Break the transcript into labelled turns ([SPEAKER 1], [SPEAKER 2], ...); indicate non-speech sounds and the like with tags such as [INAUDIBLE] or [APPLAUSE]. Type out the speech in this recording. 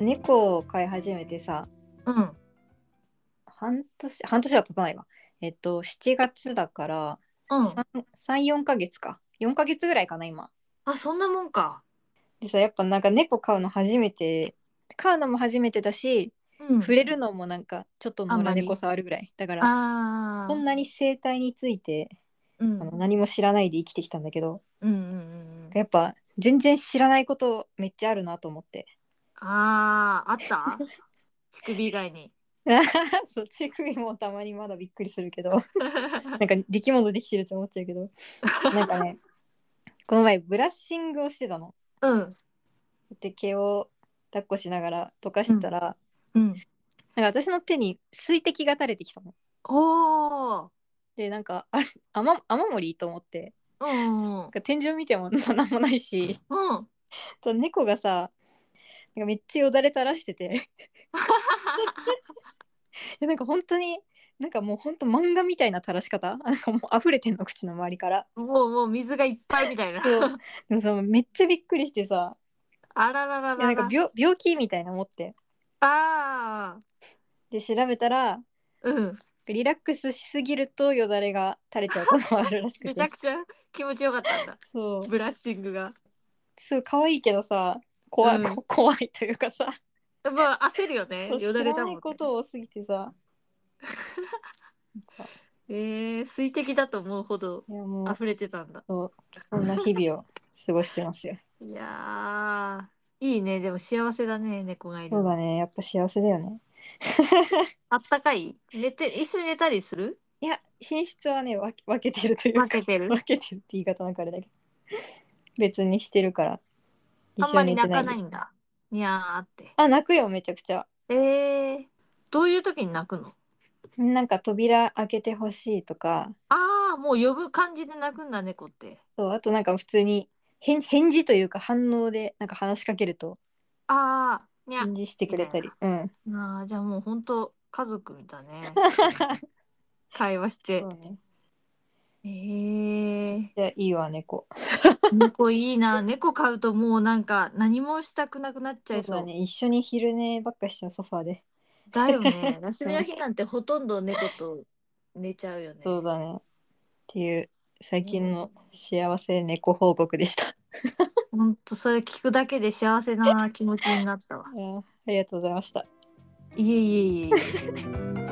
[SPEAKER 1] 猫を飼い始めてさ
[SPEAKER 2] うん。
[SPEAKER 1] 半年半年は経たないわえっと7月だから
[SPEAKER 2] うん。
[SPEAKER 1] 34ヶ月か4ヶ月ぐらいかな今
[SPEAKER 2] あ、そんなもんか。
[SPEAKER 1] でさやっぱなんか猫飼うの初めて飼うのも初めてだし、
[SPEAKER 2] うん
[SPEAKER 1] 触れるのもなんかちょっと野良
[SPEAKER 2] あんま
[SPEAKER 1] 猫
[SPEAKER 2] り
[SPEAKER 1] 触るぐらいだから
[SPEAKER 2] ああ。
[SPEAKER 1] こんなに生態について、
[SPEAKER 2] うん。
[SPEAKER 1] あの
[SPEAKER 2] うん
[SPEAKER 1] 何も知らないで生きてきたんだけど
[SPEAKER 2] うんうんうん。
[SPEAKER 1] やっぱ全然知らないことめっちゃあるなと思って。 [LAUGHS]
[SPEAKER 2] ああ、あった [LAUGHS] 乳首以外 [LAUGHS] に。
[SPEAKER 1] そう乳首もたまにまだびっくりするけどなんか出来物できてると思っちゃうけどなんかねこの前ブラッシングをしてたの。
[SPEAKER 2] うん。
[SPEAKER 1] で毛を抱っこしながら溶かしたら、
[SPEAKER 2] うん。
[SPEAKER 1] なんか私の手に水滴が垂れてきたの。
[SPEAKER 2] おお。
[SPEAKER 1] でなんかあれ雨雨漏りと思って
[SPEAKER 2] うんうん
[SPEAKER 1] なんか天井見ても [LAUGHS] 何もないし
[SPEAKER 2] [LAUGHS] うん。
[SPEAKER 1] そう猫がさなんかめっちゃよだれ垂らしてていやなんか本当になんかもう本当漫画みたいな垂らし方なんかもう溢れてんの口の周りから
[SPEAKER 2] もうもう水がいっぱいみ [LAUGHS] たいな。
[SPEAKER 1] そうでもさめっちゃびっくりしてさ
[SPEAKER 2] あららら
[SPEAKER 1] いやな
[SPEAKER 2] ら。
[SPEAKER 1] んから病病気みたいな思って
[SPEAKER 2] ああ。
[SPEAKER 1] で調べたら
[SPEAKER 2] うん。
[SPEAKER 1] リラックスしすぎるとよだれが垂れちゃうこともあるらしく
[SPEAKER 2] めちゃ
[SPEAKER 1] て
[SPEAKER 2] くちゃ気持ちよかったんだ。
[SPEAKER 1] そう
[SPEAKER 2] ブラッシングが。
[SPEAKER 1] すごい可愛いけどさ怖い、
[SPEAKER 2] うん
[SPEAKER 1] こ [LAUGHS] 怖いというかさ
[SPEAKER 2] まあ焦るよね。
[SPEAKER 1] そう
[SPEAKER 2] よ
[SPEAKER 1] 知
[SPEAKER 2] だ
[SPEAKER 1] ら
[SPEAKER 2] れた
[SPEAKER 1] な
[SPEAKER 2] もん、
[SPEAKER 1] い
[SPEAKER 2] ね。
[SPEAKER 1] こと多すぎてさなんか
[SPEAKER 2] ええ水滴だと思うほど
[SPEAKER 1] いやもう
[SPEAKER 2] 溢れてたんだ。
[SPEAKER 1] そうそんな日々を過ごして
[SPEAKER 2] [LAUGHS]
[SPEAKER 1] ますよ
[SPEAKER 2] いやーいいね。でも幸せだね。猫がいる
[SPEAKER 1] そう。だねやっぱ幸せだよね
[SPEAKER 2] あったかい。寝て一緒に寝たりする？
[SPEAKER 1] いや寝室はね分け分けてるという
[SPEAKER 2] 分
[SPEAKER 1] か
[SPEAKER 2] け
[SPEAKER 1] [LAUGHS]
[SPEAKER 2] てる。
[SPEAKER 1] 分けてるって言い方なんかあれだけど別にしてるから
[SPEAKER 2] あんまり泣か
[SPEAKER 1] で
[SPEAKER 2] ないんだ。にゃーって。
[SPEAKER 1] あ泣くよめちゃくちゃ
[SPEAKER 2] えー、どういう時に泣くの？
[SPEAKER 1] なんか扉開けてほしいとか
[SPEAKER 2] ああもう呼ぶ感じで泣くんだ猫って。
[SPEAKER 1] そうあとなんか普通に返返事というか反応でなんか話しかけると
[SPEAKER 2] ああにゃ。
[SPEAKER 1] 返事してくれたりうん
[SPEAKER 2] あーじゃあもう本当家族みたい
[SPEAKER 1] [LAUGHS]
[SPEAKER 2] ね。会話して
[SPEAKER 1] そ。うね
[SPEAKER 2] えー。
[SPEAKER 1] じゃあいいわ猫
[SPEAKER 2] 猫いいな猫飼うともうなんか何もしたくなくなっちゃい
[SPEAKER 1] そう
[SPEAKER 2] そ
[SPEAKER 1] だ
[SPEAKER 2] う
[SPEAKER 1] ね一緒に昼寝ばっかしちゃうソファーで
[SPEAKER 2] だ [LAUGHS] よね休みの日なんてほとんど猫と寝ちゃうよね
[SPEAKER 1] そうだねっていう最近の幸せ猫報告でした、
[SPEAKER 2] ほんとそれ聞くだけで幸せな気持ちになったわ
[SPEAKER 1] [LAUGHS] いやーありがとうございました
[SPEAKER 2] いえいえいえいえ